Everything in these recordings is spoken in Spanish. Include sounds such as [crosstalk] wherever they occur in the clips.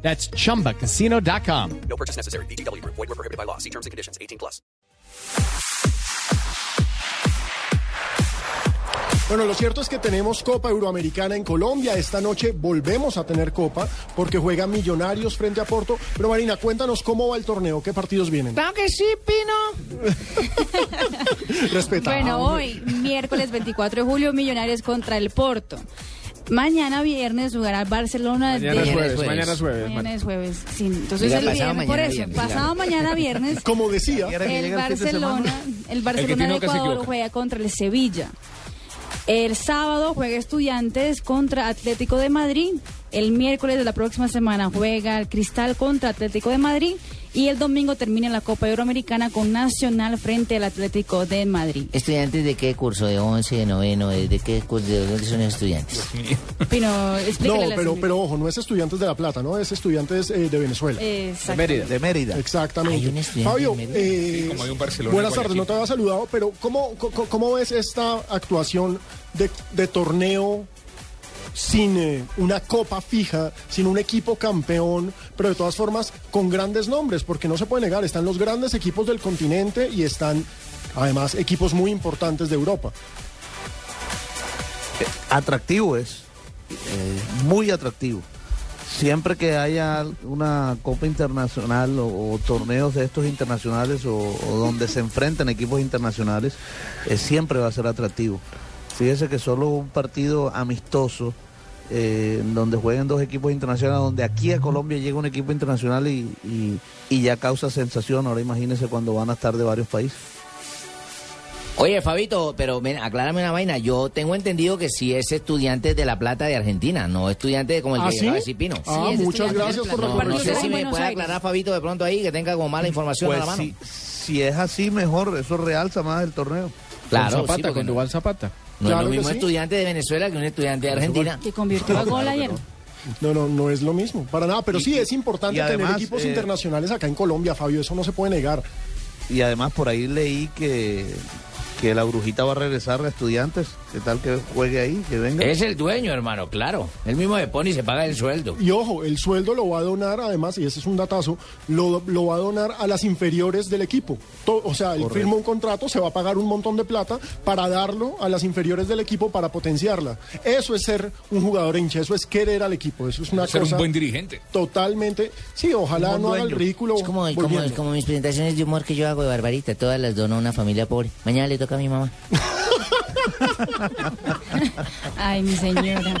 That's chumbacasino.com. No purchase necessary. BGW. Void were prohibited by law. See terms and conditions. 18 plus. Bueno, lo cierto es que tenemos Copa Euroamericana en Colombia. Esta noche volvemos a tener Copa porque juegan Millonarios frente a Porto. Pero Marina, cuéntanos cómo va el torneo, qué partidos vienen. Claro que sí, Pino. Respeta. Bueno, hoy, miércoles 24 de julio, Millonarios contra el Porto. Mañana viernes jugará Barcelona Mañana es de jueves, mañana es jueves. Mañana es jueves. Sí, entonces Diga, el pasado viernes, por mañana eso, viernes, pasado mañana viernes, Como decía, el Barcelona, el Barcelona de Ecuador juega contra el Sevilla. El sábado juega Estudiantes contra Atlético de Madrid. El miércoles de la próxima semana juega el Cristal contra Atlético de Madrid. Y el domingo termina la Copa Euroamericana con Nacional frente al Atlético de Madrid. ¿Estudiantes de qué curso? ¿De 11, de noveno? ¿De, de qué curso? ¿De dónde son estudiantes? Pero explícale no, a la pero, señora. pero ojo, no es Estudiantes de La Plata, no, es Estudiantes eh, de Venezuela. Exacto. De Mérida. Exactamente. Hay un estudiante Fabio, en Mérida. eh, Sí, como hay un Barcelona buenas en tardes, no Guayaquil. te había saludado, pero ¿cómo, co- co- cómo ves esta actuación de, de torneo sin eh, una copa fija, sin un equipo campeón, pero de todas formas con grandes nombres? Porque no se puede negar, están los grandes equipos del continente y están además equipos muy importantes de Europa. atractivo es, eh, muy atractivo. Siempre que haya una Copa Internacional o, o torneos de estos internacionales o, o donde se enfrentan equipos internacionales, eh, siempre va a ser atractivo. Fíjese que solo un partido amistoso, eh, en donde jueguen dos equipos internacionales, donde aquí a Colombia llega un equipo internacional y, y- y ya causa sensación. Ahora imagínense cuando van a estar de varios países. Oye, Fabito, pero ven, aclárame una vaina. Yo tengo entendido que sí es estudiante de La Plata de Argentina, no estudiante de- como el ¿Ah, que sí? llegaba de Cipino. Ah, es muchas Estudiantes de gracias por la Plata. No, no partido sé será si en me Buenos puede Aires. aclarar, Fabito, de pronto ahí, que tenga como mala información a la Pues mano. si, si es así, mejor. Eso realza más el torneo. Claro, Con Zapata, sí, porque con no, Duval Zapata. no Claro es lo que mismo sí. estudiante de Venezuela que un estudiante de Argentina. Que convirtió [laughs] a gol ayer. No, no, no es lo mismo, para nada, pero Y- sí y- es importante y tener además, equipos eh, internacionales acá en Colombia, Fabio, eso no se puede negar. Y además por ahí leí que, que la brujita va a regresar a estudiantes. ¿Qué tal que juegue ahí? Que venga. Es el dueño, hermano, claro. Él mismo de pone y se paga el sueldo. Y ojo, el sueldo lo va a donar, además, y ese es un datazo, lo, lo va a donar a las inferiores del equipo. To- o sea, él firma un contrato, se va a pagar un montón de plata para darlo a las inferiores del equipo para potenciarla. Eso es ser un jugador hincha, eso es querer al equipo, eso es una Ser cosa un buen dirigente. totalmente... Sí, ojalá Un buen no haga el dueño. ridículo Es como, como, volviendo. como mis presentaciones de humor que yo hago de Barbarita. Todas las dono a una familia pobre. Mañana le toca a mi mamá. Ay, [laughs] mi señora.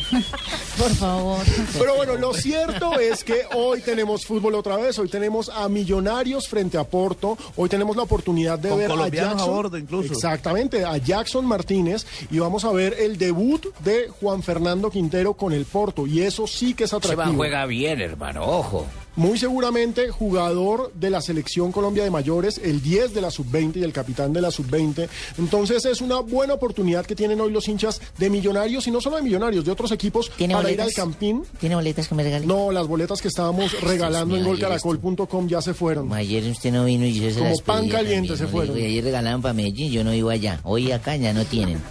Por favor. Pero bueno, lo cierto es que hoy tenemos fútbol otra vez, hoy tenemos a Millonarios frente a Porto, hoy tenemos la oportunidad de Con ver a colombianos a Jackson, bordo incluso. exactamente, a Jackson Martínez y vamos a ver el debut de Juan Fernando Quintero con el Porto y eso sí que es Se va, atractivo. juega bien, hermano, ojo. Muy seguramente jugador de la selección Colombia de mayores, el 10 de la sub-20 y el capitán de la sub-20. Entonces es una buena oportunidad que tienen hoy los hinchas de Millonarios y no solo de Millonarios, de otros equipos ¿Tiene para ir al boletas? Campín. ¿Tiene boletas que me regale? No, las boletas que estábamos regalando Dios mío, en golcaracol.com ya se fueron. Ayer usted no vino y yo se Como las pedí pan caliente también, se ¿no? fueron. Digo, y ayer regalaban para Medellín, yo no iba allá. Hoy acá ya no tienen.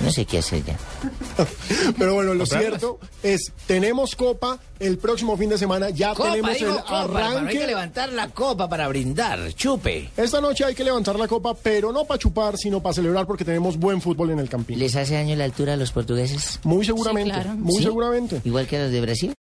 No sé qué hacer ya. [laughs] Pero bueno, lo cierto es, tenemos copa el próximo fin de semana, ya Copa, tenemos digo, el copa, hermano, hay que arranque. levantar la copa para brindar, chupe. Esta noche hay que levantar la copa, pero no para chupar, sino para celebrar porque tenemos buen fútbol en el campín. ¿Les hace daño la altura a los portugueses? Muy seguramente, claro. muy ¿Sí? seguramente. Igual que a los de Brasil.